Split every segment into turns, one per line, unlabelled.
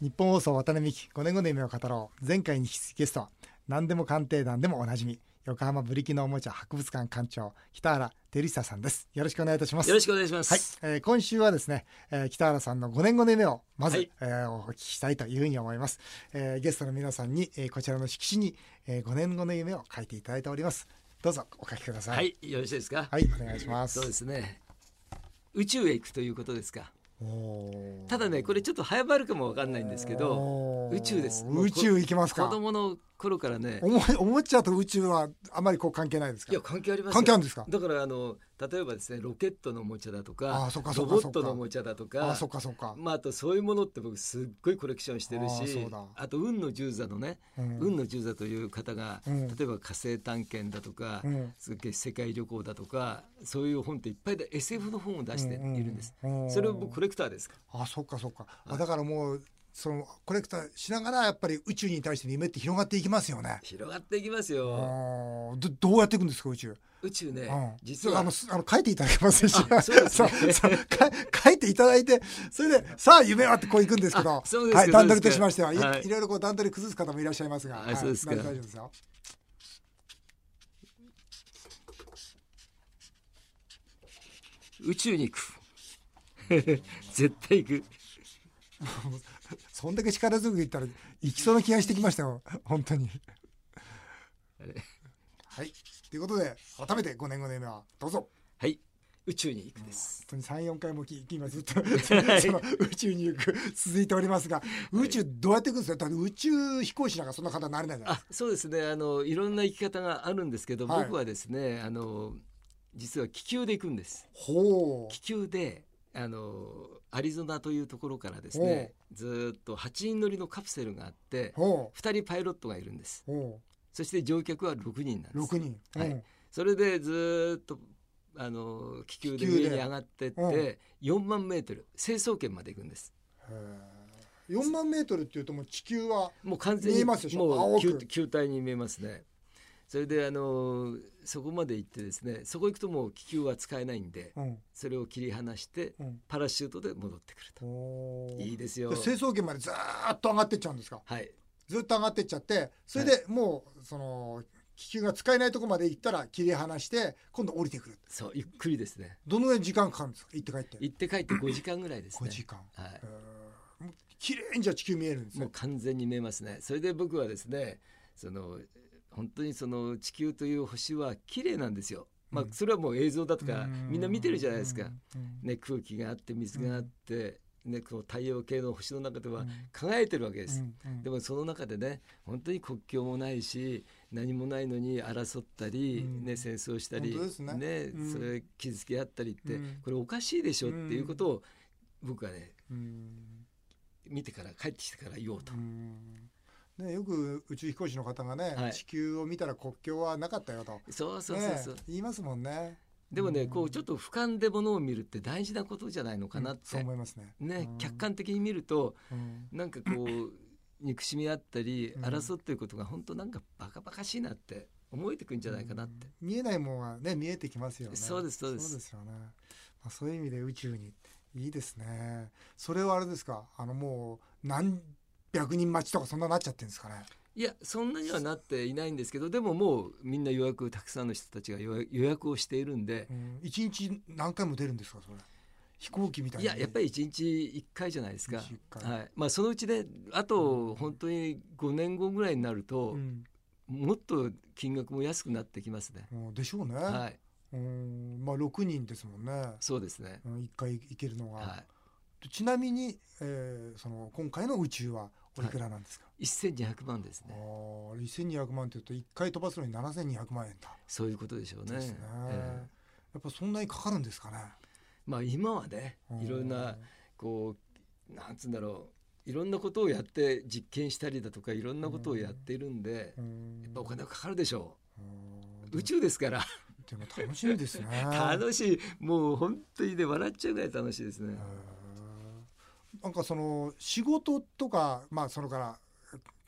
日本放送渡辺美希5年後の夢を語ろう前回に引き続きゲストは何でも鑑定団でもおなじみ横浜ブリキのおもちゃ博物館館長北原照久さんですよろしくお願いいたします
よろしくお願いします。
はい、えー今週はですね、えー北原さんの5年後の夢をまず、
はい
えーお聞きしたいというふうに思います、えーゲストの皆さんに、えーこちらの色紙に、え5年後の夢を書いていただいておりますどうぞお書きください
はい、よろしいですか。
はいお願いします
そうですね。宇宙へ行くということですか。
おー
ただね、これちょっと早まるかもわかんないんですけど、
おー
宇宙です
宇宙行きます
子
か
供の頃からね。
おもおもちゃと宇宙はあまりこう関係ないですか
いや関係ありますよ
関係あるんですか
だからあの例えばですねロケットのおもちゃだと
あ
か
ーそっかそ
ロ
っか
ボットのおもちゃだと
あ
か
あそっかそっか、
まああとそういうものって僕すっごいコレクションしてる
あー
し
そうだ
あと運の十座のね、
うん
運の十座という方が、
うん
例えば火星探検だとか、
うん
すっげえ世界旅行だとかそういう本っていっぱいで SF の本を出しているんです、
うんうん
それを僕コレクターですから
あそっかそっか、あだからもうそのコレクターしながらやっぱり宇宙に対しての夢って広がっていきますよね
広がっていきます
あ
よ
ーどどうやっていくんですか宇宙、
宇宙ね、
うん、
実は
あのすあの書いていただけますでしょ
あそうですね
そうそうか書いていただいてそれでさあ夢はってこういくんですけど
あそうですか
はい、段取り
そう
と
ですか
しましては、い
はい
いろいろこう段取り崩す方もいらっしゃいますが、
あそうですか
大丈夫ですよ
宇宙に行く 絶対行く
そんだけ力強く言ったら行きそうな気がしてきましたよ本当に
れ
はいということで改めて5年後の夢はどうぞ
はい宇宙に行くです、
本当に34回も聞いて今ずっとそのその宇宙に行く続いておりますが宇宙どうやって行くんですかだって宇宙飛行士なんかそんな方になれないじゃないで
あそうですねあのいろんな生き方があるんですけど、
はい
僕はですねあの実は気球で行くんです
すかほ
気球であのアリゾナというところからですねずーっと8人乗りのカプセルがあって
うほ
2人パイロットがいるんです
うほ
そして乗客は6人なん
う
です
6人、
はい
うん
それでずーっとあの気球で
気球で
上に上がってっ
うん
て4万メートル成層圏まで行くんです
へー4万メートルっていうともう地球は
もう完全に
見えますでしょ
もう
青く
球球体に見えますねそれであのそこまで行ってですねそこ行くともう気球は使えないんで
うん
それを切り離して
うん
パラシュートで戻ってくると
ほう
いいですよ
で成層圏までずーっと上がってっちゃうんですか
はい
ずっと上がってっちゃってそれでもうその気球が使えないとこまで行ったら切り離して今度降りてくる
そうゆっくりですね
どのぐらい時間かかるんですか行って帰って
行って帰って5時間ぐらいです
5
ね
時間
は
へーもう綺麗にじゃあ地球見えるんで
い、
す
も
ね
う完全に見えますねそれで僕はですねその本当にその地球という星は綺麗なんですよまあ
うん
それはもう映像だとか
うん
みんな見てるじゃないですか、
うん
ね、空気があって水があって、ね、この太陽系の星の中で
う
は
ん
輝いてるわけです、
うんうん
でもその中でね本当に国境もないし何もないのに争ったり、
うん
ね、戦争したり
本当ですねうん
それ傷つけ合ったりって、
うん
これおかしいでしょっていうことを僕はね
うん
見てから帰ってきてから言おうと、
うんね、よく宇宙飛行士の方がね、
はい
地球を見たら国境はなかったよと、
そうそうそうそう、
ね言いますもんね。
でもね
うん
こうちょっと俯瞰で物を見るって大事なことじゃないのかなっ
そう
て、
思いますね。
ね
うん
客、観的に見ると
うん
なんかこ う憎しみあったり
うん
争ってることが本当なんかバカバカしいなって思えてくんじゃないかなって、
うん見えないもんはね見えてきますよね
そうですそうです
よね、まあ、そういう意味で宇宙にいいですねそれはあれですかあのもう何百人待ちとかそんななっちゃってるんですかね
いやそんなにはなっていないんですけどでももうみんな予約たくさんの人たちが予約予約をしているんで
う、ん一、日何回も出るんですかそれ飛行機みたい
い
に
ややっぱり1日1回じゃないですか
一日一、回
はいまあ、そのうちであと本当に5年後ぐらいになると、
うん
もっと金額も安くなってきますね。
うんでしょうね、
はい、
うんまあ6人ですもんね、
そうですね。
うん、1回行けるのが、
は
ちなみに、えーその今回の宇宙はおいくらなんですか、
い、1200万です
あ
ね。
あ1200万というと1回飛ばすのに7200万円だ
そういうことでしょうね。
ですね、
ええ
やっぱそんなにかかるんですかね
まあ今はね、いろんなこうなんつうんだろう、いろんなことをやって実験したりだとか、いろんなことをやっているんで、
うん
やっぱお金はかかるでしょ
うん
う。宇宙ですから、
でも楽しみですね
楽しい、もう本当にね笑っちゃうぐらい楽しいです
へ
ね
ー。なんかその仕事とかまあそれから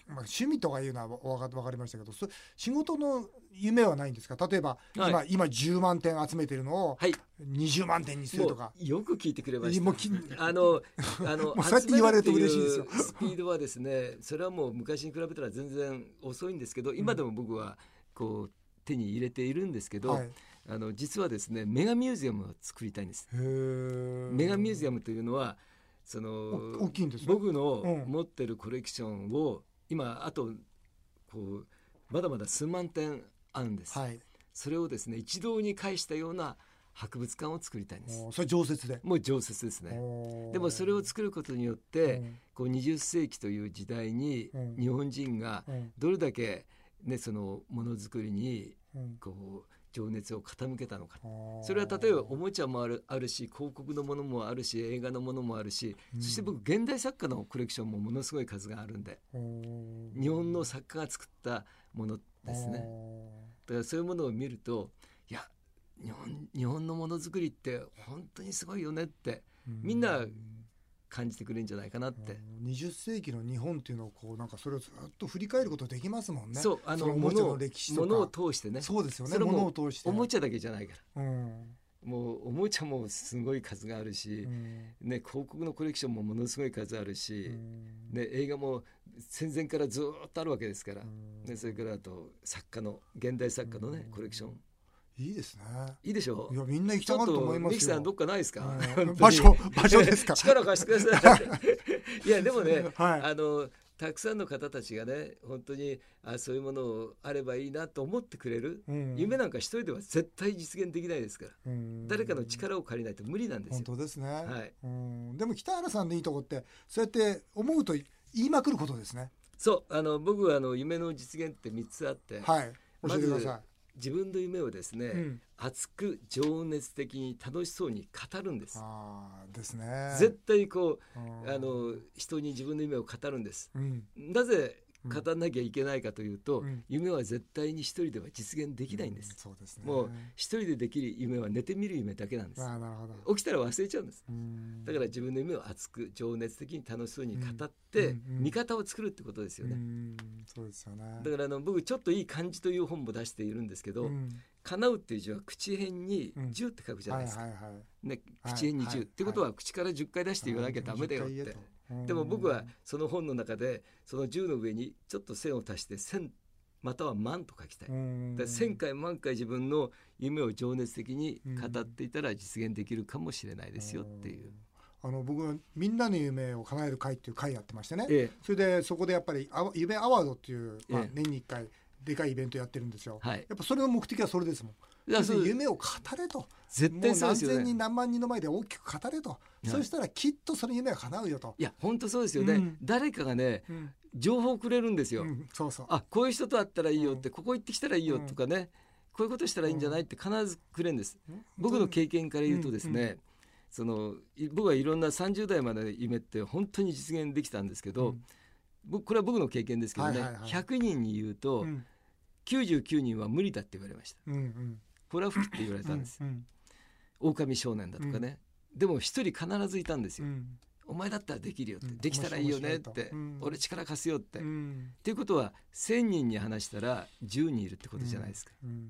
まあ、趣味とかいうのはわかわかりましたけどそ仕事の夢はないんですか例えば今,、
は
今10万点集めてるのを
はい
20万点にするとか
も、うよく聞いてくれました
もうき
あの、あ の、
もうそうやって言われると嬉しいですよ
集めってうスピードはですね、それはもう昔に比べたら全然遅いんですけど、今でも僕はこう手に入れているんですけど、
はい、へ
あの実はですね、メガミュージアムを作りたいんです。
ー
メガミュージアムというのは、その
お大きいんですね
僕の
うん
持ってるコレクションを今あとこうまだまだ数万点あるんです。
はい
それをですね、一堂に会したような博物館を作りたいんです
お。それ常設で、
もう常設ですね。
お
でもそれを作ることによって、こう20世紀という時代に
うん
日本人が
うんうん
どれだけ、ね、そのものづくりに
うん
こう情熱を傾けたのか
おー
それは例えばおもちゃもあるあるし広告のものもあるし映画のものもあるし
うん
そして僕現代作家のコレクションもものすごい数があるんで
おー
日本の作家が作ったものですね。だからそういうものを見るといや日本日本のものづくりって本当にすごいよねって
おー
みんな
う
感じてくれるんじゃないかなって
20世紀の日本っていうのをこうなんかそれをずっと振り返ることできますもんね。
そうあ
その
の
おもちゃ
物
の
を
歴史とか
物を通してね
そうですよね。
それも
物を通して。
おもちゃだけじゃないから
うん
もうおもちゃもすごい数がある
う
し、
ん
ね、広告のコレクションもものすごい数あるし、
うん
ね、映画も戦前からずーっとあるわけですから、
うん
ね、それからあと作家の現代作家の、ね
うん
コレクション
いいですね。
いいでしょ
いやみんな行き
ち
た
ょ
が
っ
ると思
と
いま
ミキ
すよ。
さんどっかないですか、
う
本当
ん
に
場所場所ですか。
力貸してくださ いいやでもね、
はい。
あのたくさんの方たちがね本当にあそういうものをあればいいなと思ってくれる、
うん
夢なんか一人では絶対実現できないですから、
うん
誰かの力を借りないと無理なんです
本
よ。
当ですね。
はい、
うんでも北原さんのいいとこってそうやって思うと言いまくることですね。
そうあの僕はあの夢の実現って3つあって、
はい。教えてくださ
自分の夢をですね、
い。うん
熱く情熱的に楽しそうに語るんです。
ああですね。
絶対こ
うん
うあの人に自分の夢を語るんです。
うん
なぜ
うん
語んなきゃいけないかというと、
うん
夢は絶対に一人では実現できないんです
う。そうですね。
もう一人でできる夢は寝てみる夢だけなんです
ああなるほど。
起きたら忘れちゃうんです
うん
だから自分の夢を熱く情熱的に楽しそうに語って、
うんうんうん
味方を作るってことですよ
う
ね、
んそうですよね。
だからあの僕ちょっといい漢字という本も出しているんですけど
う
「
ん
叶う」っていう字は口辺に
う
「
ん
十」って書くじゃ
は
ない
い
ですか、
はいはい。
ね、口辺に「
はい
十、
はい
ってことは口から10回出して言わなきゃダメだよって、でも僕はその本の中でその10の上にちょっと線を足して「千」または「万」と書きたい、だから1,000
1000
回万回自分の夢を情熱的に語っていたら実現できるかもしれないですよっていう。
あの僕は「みんなの夢を叶える会」っていう会やってましてね
ええ
それでそこでやっぱりあわ夢アワードっていう、まあ
ええ、
年に1回でかいイベントやってるんですよ、
はい、
やっぱそれの目的はそれですもん
だから
そ
そ
れで
う
夢を語れと
絶対
もう
そうで
何
すよ
千
ね
人。何万人の前で大きく語れと、
い
そうしたらきっとその夢が叶うよと、
いや本当そうですよね、
うん
誰かがね
うん
情報をくれるんですよ、
うんそうそう
あこういう人と会ったらいいよって、ここ行ってきたらいいよ
うん
とかね、こういうことしたらいいんじゃないって必ずくれるんです、
うん
僕の経験から言うとですね、
うん
そのい僕はいろんな30代までの夢って本当に実現できたんですけど、
うん
僕これは僕の経験ですけど
は
ね、
いはいはい
100人に言うと、
うん
99人は無理だって言われました
うんうん
これは不起って言われたんです、
うんうん
狼少年だとかね、でも一人必ずいたんですよ、
うん
お前だったらできるよって、
うん
できたらいいよねって
面白い面白いとうん
俺力貸すよって、
う
っ
ん
ていうことは1,000人に話したら10人いるってことじゃないですか、
うん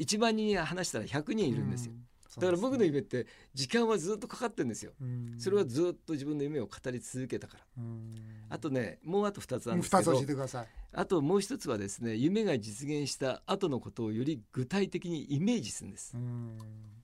1万人に話したら100人いるんですよ、
う
だから僕
そう
の
ですね
夢って時間はずっとかかってるんですよ
うん
それはずっと自分の夢を語り続けたから
うん
あとねもうあと2つあるんです
2
け
つ教
ど
えてください
あともう一つはですね夢が実現した後のことをより具体的にイメージするんです
うん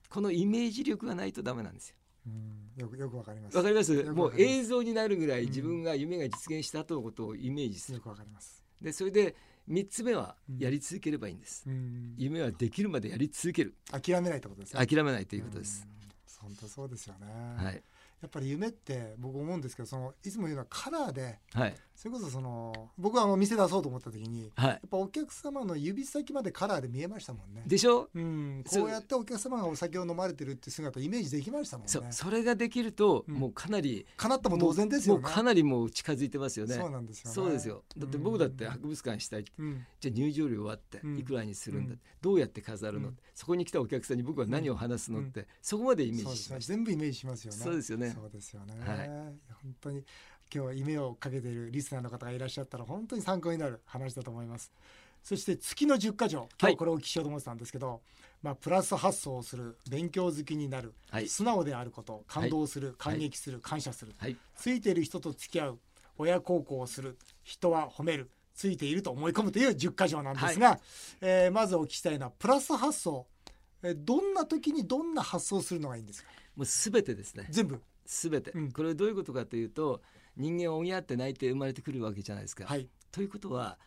このイメージ力がないとダメなんですよ
うんよくよくわかります
わかります
よくわかります
もう映像になるぐらい
うん
自分が夢が実現した後のことをイメージする、
よくわかります
でそれで3つ目はやり続ければいいんです、
うん
夢はできるまでやり続ける
諦めないってことですね
諦めないということです、
うん本当そうですよね、
はい
やっぱり夢って僕思うんですけどそのいつも言うのはカラーで
はい
それこそその僕はあの店出そうと思った時にや
はい
っぱお客様の指先までカラーで見えましたもんね
でしょ
うん、
そう
こうやってお客様がお酒を飲まれてるって姿イメージできましたもん
そう
ね。
それができると
うん
もうかなり、
叶ったも
も
当
う
然ですよね。
もうかなりもう近づいてますよね
そうなんですよね。
そうですよだって僕だって博物館したいって
うん。
じゃあ入場料はって
うん
いくらにするんだ、
うん
どうやって飾るの、
うん
そこに来たお客さんに僕は何を話すのって、そこまでイメージし
そう
ま
です
し
ね全部イメージしますよ
た
ね。
そうですよね
そうですよね。
はい
いや本当に今日夢をかけているリスナーの方がいらっしゃったら本当に参考になる話だと思いますそして月の10か条今日これをお聞きしようと思ってたんですけど、まあ、プラス発想をする勉強好きになる、
はい
素直であること感動する、感激する、感謝する、
はい
ついている人と付き合う親孝行をする人は褒めるついていると思い込むという10か条なんですが、えーまずお聞きしたいのはプラス発想、えーどんな時にどんな発想をするのがいいんですか
もう全てですね
全部
全て、
うん
これはどういうことかというと人間は親って泣いて生まれてくるわけじゃないですか。
はい、
ということは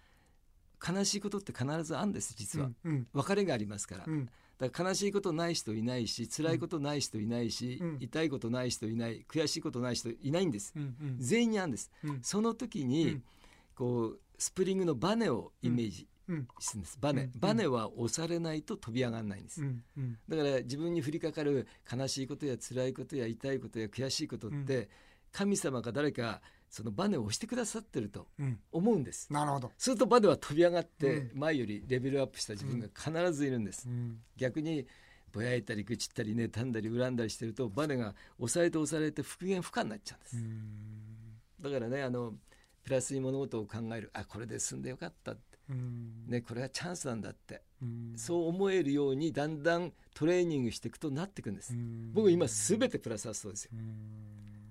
悲しいことって必ずあるんです実は、
うんうん
別れがありますから,、
うん
だから悲しいことない人いないし辛いことない人いないし、
うん
痛いことない人いない悔しいことない人いないんです、
うんうん
全員にあるんです
うん
その時
う
に、
ん
こうスプリングのバネをイメージ
うん
するんです、バネ、
うん
バネは押されないと飛び上がらないんです、
うんうん
だから自分に降りかかる悲しいことや辛いことや痛いことや悔しいことって、神様か誰かそのバネを押してくださってると
うん
思うんです。
なるほど、
するとバネは飛び上がって
う
前よりレベルアップした自分が必ずいるんです。
うん
逆にぼやいたり愚痴ったり妬んだり恨んだりしてるとバネが押されて押されて復元不可になっちゃうんです。
うん
だからねあのプラスに物事を考えるあこれで済んでよかったって、
うん
ね、これはチャンスなんだって
うん
そう思えるようにだんだんトレーニングしていくとなっていくんです。
うん
僕今すべてプラス発 想ですよ。
うん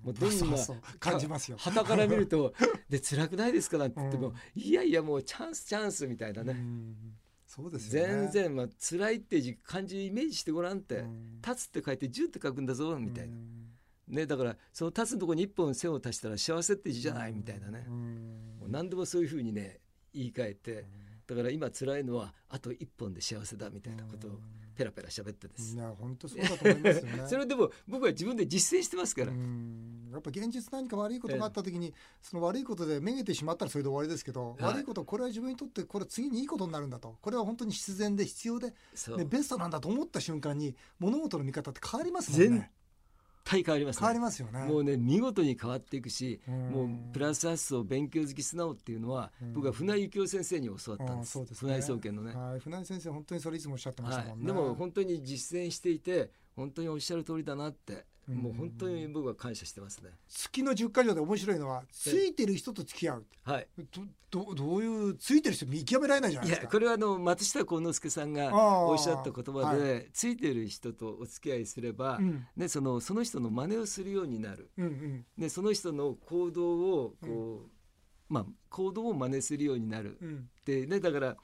もうどんな
そうそう感じますよ。
はたから見ると「で辛くないですか?」なんて言っても「
うん
いやいやもうチャンスチャンス」みたいな
う
ね、
んそうですよね。
全然、まあ辛いっていう漢字イメージしてごらんって「
うん
立つ」って書いて「十」って書くんだぞみたいな、
うん
ねだからその立つのとこに一本線を足したら幸せって字じゃないみたいなね
う、ん
もう何でもそういうふうにね言い換えてだから今辛いのはあと一本で幸せだみたいなことをペラペラ喋ってで
い
す。
や本当そうだと思いますよね。
それでも僕は自分で実践してますから、
うんやっぱ現実何か悪いことがあった時に、その悪いことでめげてしまったらそれで終わりですけど、
はい
悪いことこれは自分にとってこれは次にいいことになるんだとこれは本当に必然で必要で
そう
でベストなんだと思った瞬間に物事の見方って変わりますもんね
体変わります
変わり
ね。
ますよね
もうね見事に変わっていくし、
うん
もうプラス発想勉強好き素直っていうのは、
うん
僕は船井幸雄先生に教わったんです,、
あそうですね
船井総研のね、
はい船井先生本当にそれいつもおっしゃってまし
は
た
い
もんね、
でも本当に実践していて本当におっしゃる通りだなって、
うん
もう本当に僕は感謝してますね
月の10か条で面白いのはついてる人と付き合う
はい
どどどういうついてる人見極められないじゃない
い
で
や
すか
これはあの松下幸之助さんが
あー
おっしゃった言葉で、
は
ついてる人とお付き合いすれば、
うん
ね、そのその人の真似をするようになる、
うんうん
ね、その人の行動をこう、まあ、行動を真似するようになる
うん
でねだから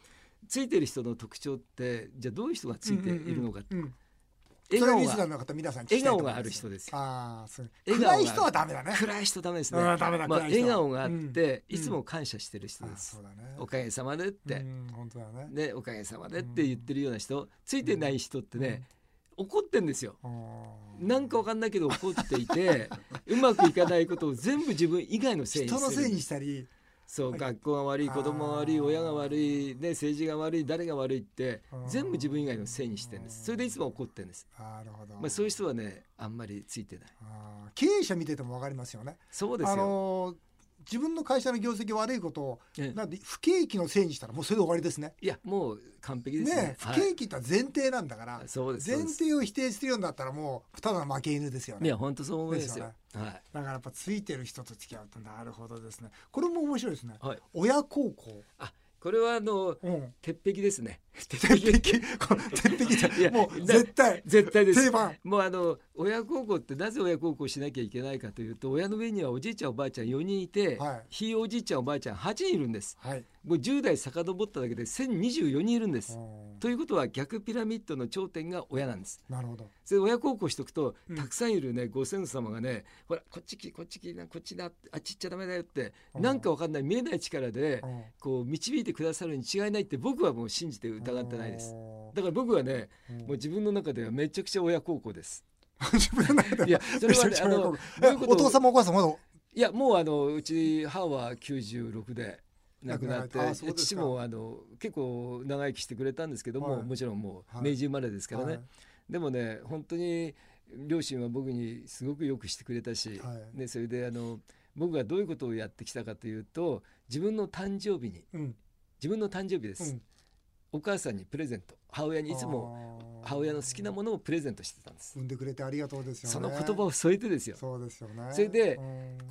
ついてる人の特徴ってじゃあどういう人がついているのか、
うんうんうん
笑
それは
顔
リスナー
が
の方皆さん聞きたいと思います
笑顔がある人ですよ
ああそう
笑顔があ
暗
る
い人はダメだね
暗い人ダメですね、
ああダメだ
まあ、
暗い人
笑顔があっ
うん
て、いつも感謝してる人
ああ
です
そう、だね
おかげさまでって、
うん本当だね
ね、おかげさまでって言ってるような人ついてない人ってね、怒ってんですよ
あー
なんかわかんないけど怒って いてうまくいかないことを全部自分以外のせいにす
人
る
のせいにしたり
そう学校が悪い子供が悪い親が悪い、ね、政治が悪い誰が悪いって
あー
全部自分以外のせいにしてるんですそれでいつも怒ってるんです
なるほど、
まあ、そういう人はねあんまりついてない
あー経営者見ててもわかりますよね
そうです
あ
よ、
のー自分の会社の業績悪いことを
ええ
なんで不景気のせいにしたらもうそれで終わりですね
いやもう完璧ですね
ねえ不
はい
景気ってのは前提なんだから
そうですそう
前
です
提を否定するようになったらもうただの負け犬ですよ
い
ね
や本当そう思うんですよはい
だからやっぱついてる人と付き合うとなるほどですねこれも面白いですね
はい
親孝行
あこれはあの
うん
鉄壁ですね鉄
鉄壁この鉄壁じ
い
ゃ
や
んもう
だ
絶対
絶対です
定番
もうあの親孝行ってなぜ親孝行しなきゃいけないかというと親の上にはおじいちゃんおばあちゃん4人いて、
はい
ひいおじいちゃんおばあちゃん8人いるんです
はい
もう10代遡っただけで1024人いるんです、
うん
ということは逆ピラミッドの頂点が親なんです
なるほど
それで親孝行しとくと、
うん
たくさんいるねご先祖様がねほらこっち来いこっち来いなこっちなあっち行っちゃダメだよって、
うん
なんかわかんない見えない力で、
うん
こう導いてくださるに違いないって僕はもう信じて疑ってないです、
うん
だから僕はね
うん
もう自分の中ではめちゃくちゃ親孝行です。
自分の中ではい
やそれ
め
はね
ちゃくちゃ親孝行
あのどういうこと
お父様お母様の
いやもうあのうち母は96で亡くなって
亡くなられたあそうですか
父もあの結構長生きしてくれたんですけども、
はい
もちろんも
は
う
い
明治生まれですからね、
はい
でもね本当に両親は僕にすごくよくしてくれたし、
はい
ね、それであの僕がどういうことをやってきたかというと自分の誕生日に
うん
自分の誕生日です、
うん
お母さんにプレゼント母親にいつも母親の好きなものをプレゼントしてたんです
産んでくれてありがとうですよ、ね、
その言葉を添えてですよ
そうですよね
それで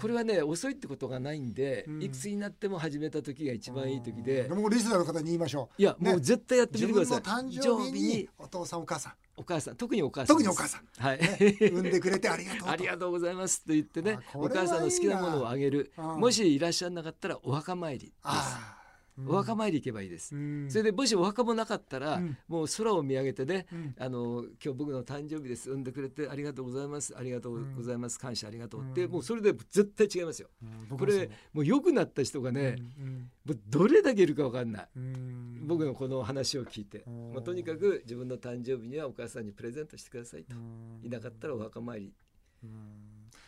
これはね遅いってことがないんで、うん、いくつになっても始めた時が一番いい時
で
で、
もリスナーの方に言いましょ
ういや、もう絶対やってみてください
自分の誕生日にお父さんお母さん
お母さん特にお母さん
特にお母 さん
はい、
ね、産んでくれてありがとう
ありがとうございますと言ってねお母さんの好きなものをあげる、うん、もしいらっしゃらなかったらお墓参りですあお墓参り行けばいいです、うん、それでもしお墓もなかったら、うん、もう空を見上げてね、うん、あの今日僕の誕生日です産んでくれてありがとうございますありがとうございます、感謝ありがとうって、もうそれで絶対違いますよ、これもう良くなった人がね、もうどれだけいるか分かんない、僕のこの話を聞いて、まあ、とにかく自分の誕生日にはお母さんにプレゼントしてくださいと、いなかったらお墓参り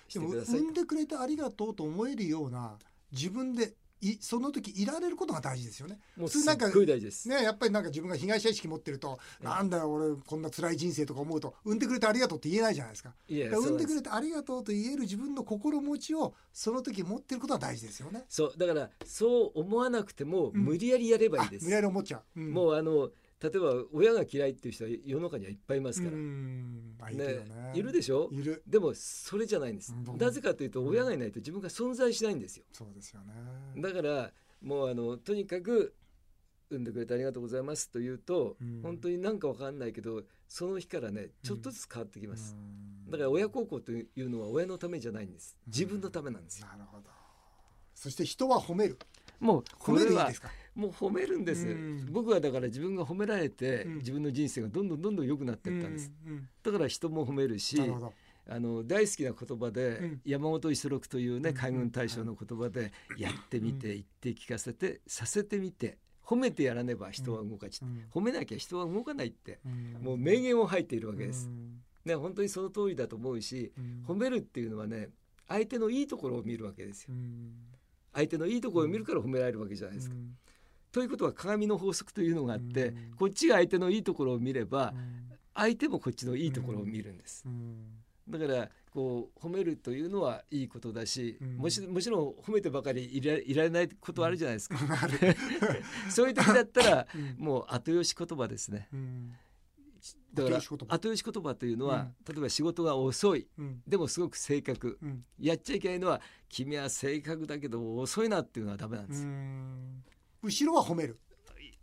してください産んでくれてありがとうと思えるような自分でいその時いられることが大事ですよね。
もうすっごい大事です。
ねやっぱりなんか自分が被害者意識持ってると、ええ、なんだよ俺こんな辛い人生とか思うと産んでくれてありがとうって言えないじゃないですか。いや産んでくれてありがとうと言える自分の心持ちをその時持ってることは大事ですよね。
そうだからそう思わなくても無理やりやればいいです。
うん、無理やり思っちゃ
う。うん、もうあの例えば親が嫌いっていう人は世の中にはいっぱいいますから、
いね,ね、
いるでしょ
いる
でもそれじゃないんです、なぜかというと親がいないと自分が存在しないんですよ、
そうですよね
だからもうあのとにかく産んでくれてありがとうございますというと、うん、本当になんかわかんないけどその日からねちょっとずつ変わってきます、うん、だから親孝行というのは親のためじゃないんです自分のためなんですよ、
なるほどそして人は褒める
もう褒めるはもう褒めるんです、うん、僕はだから自分が褒められて、自分の人生がどんどんどんどん良くなっていったんです、うんうん、だから人も褒めるしあの大好きな言葉で、山本五十六というね海軍大将の言葉で、やってみて言って聞かせてさせてみて褒めてやらねば人は動かち、褒めなきゃ人は動かないって、もう名言を吐いているわけです、ね本当にその通りだと思うし、褒めるっていうのはね相手のいいところを見るわけですよ、相手のいいところを見るから褒められるわけじゃないですか。うん、ということは鏡の法則というのがあって、うん、こっちが相手のいいところを見れば、うん、相手もこっちのいいところを見るんです。だからこう褒めるというのはいいことだし、もしもちろん褒めてばかりいらいられないことあるじゃないです か。そういう時だったら、もう後よし言葉ですね。だから後よし言葉というのは、うん、例えば仕事が遅い、うん、でもすごく正確、うん、やっちゃいけないのは君は正確だけど遅いなっていうのはダメなんです
後ろは褒める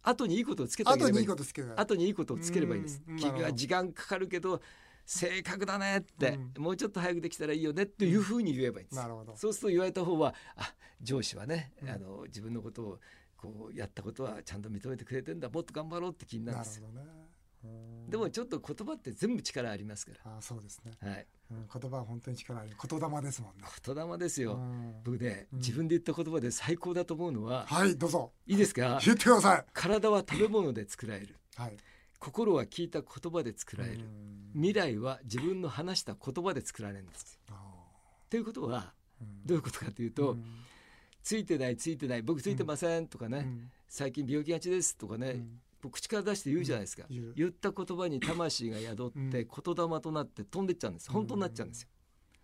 後にいいことをつけてあげればいい
後
にいいことをつければいいです君は時間かかるけど正確だねって、もうちょっと早くできたらいいよねっていうふうに言えばいいです、そうすると言われた方はあ上司はね、あの自分のことをこうやったことはちゃんと認めてくれてんだもっと頑張ろうって気になるんですよ。でもちょっと言葉って全部力ありますから。
あそうですね。
はい。
うん、言葉は本当に力ある。言霊ですもんね。
言霊ですよ。僕ね、自分で言った言葉で最高だと思うのは。
はい、どうぞ。
いいですか。
言ってください。
体は食べ物で作られる。
はい。
心は聞いた言葉で作られる。未来は自分の話した言葉で作られるんです。ということは、どういうことかというと。ついてないついてない僕ついてませんとかね、最近病気がちですとかね、口から出して言うじゃないですか、うん、言った言葉に魂が宿って言霊となって飛んでっちゃうんです、うん、本当になっちゃうんですよ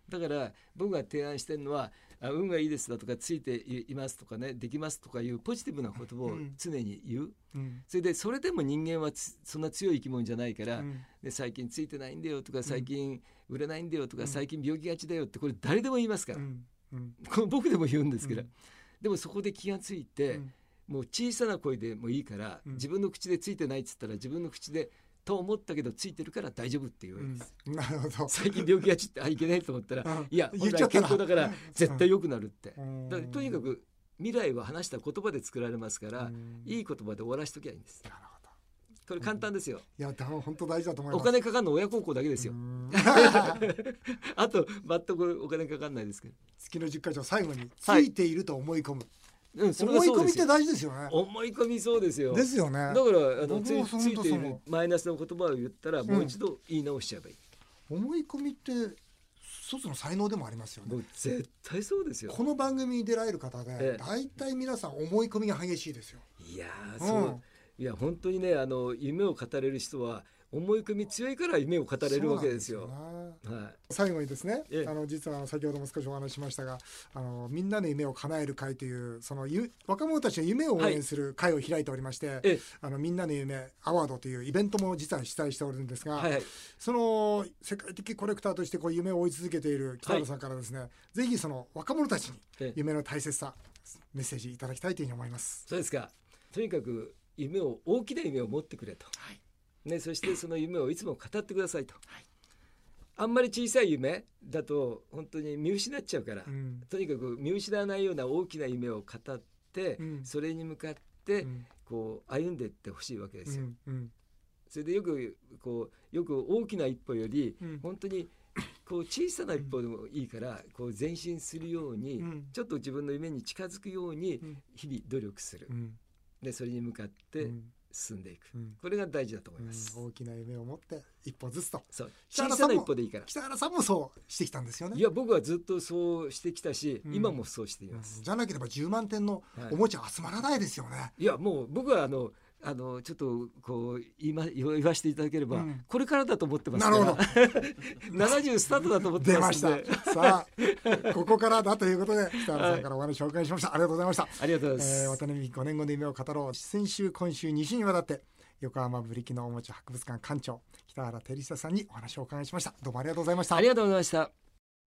だから僕が提案してるのは「あ運がいいです」だとか「ついています」とかね「できます」とかいうポジティブな言葉を常に言う、うん、それでそれでも人間はそんな強い生き物じゃないから、で最近ついてないんだよとか最近売れないんだよとか、最近病気がちだよってこれ誰でも言いますから、この僕でも言うんですけど、でもそこで気がついて、もう小さな声でもいいから、うん、自分の口でついてないっつったら自分の口でと思ったけどついてるから大丈夫って言われます、
うん、なるほど
最近病気がちってあいけないと思ったらいや本来健康だから絶対良くなるって、だとにかく未来は話した言葉で作られますからいい言葉で終わらしときゃいいんです。これ簡単ですよ。
いや、本当大事だと思い
ます。お金かかるの親孝行だけですよ。あと、全くお金かかんないですけど。
月の十箇条最後に、ついていると思い込む。はいうん、そ思い込みって大事ですよね。
思い込みそうですよ。
ですよね。だ
からあのつついているマイナスの言葉を言ったらもう一度言い直しちゃえばいい。
うん、思い込みって一つの才能でもありますよね。
絶対そうですよ。
この番組に出られる方で大体皆さん思い込みが激しいですよ。
いやそう、いや本当にねあの夢を語れる人は思い込み強いから夢を語れるわけですよ。
すよはい、最後にですね、あの実は先ほども少しお話ししましたが、あのみんなの夢を叶える会というそのゆ若者たちの夢を応援する会を開いておりまして、はい、あのみんなの夢アワードというイベントも実は主催しておるんですが、はいはい、その世界的コレクターとしてこう夢を追い続けている北原さんからですね、はい、ぜひその若者たちに夢の大切さ、メッセージいただきたいというふうに思います。
そうですか。とにかく夢を大きな夢を持ってくれと。はいね、そしてその夢をいつも語ってくださいと、はい、あんまり小さい夢だと本当に見失っちゃうから、うん、とにかく見失わないような大きな夢を語って、うん、それに向かってこう歩んでいってほしいわけですよ。うん、それでよくこうよく大きな一歩より本当にこう小さな一歩でもいいからこう前進するようにちょっと自分の夢に近づくように日々努力する。でそれに向かって進んでいく、うん、これが大事だと思います、
うん、大きな夢を持って一歩ずつと
そう小さな一歩でいいから
北原さんもそうしてきたんですよね
いや僕はずっとそうしてきたし、うん、今もそうしています、、
じゃなければ10万点のおもちゃ集まらないですよね、はい
いやもう僕はあのあのちょっとこう今言わせていただければ、これからだと思ってま
ね、
す、
なるほど
70スタートだと思ってます、
ね、出ま したさあここからだということで北原さんからお話をお伺いしました、はい、ありがとうございました
ありがとうございます、えー、
渡辺5年後の夢を語ろう先週今週2週にわたって横浜ブリキのおもちゃ博物館館長北原照久さんにお話をお伺いしましたどうもありがとうございました
ありがとうございました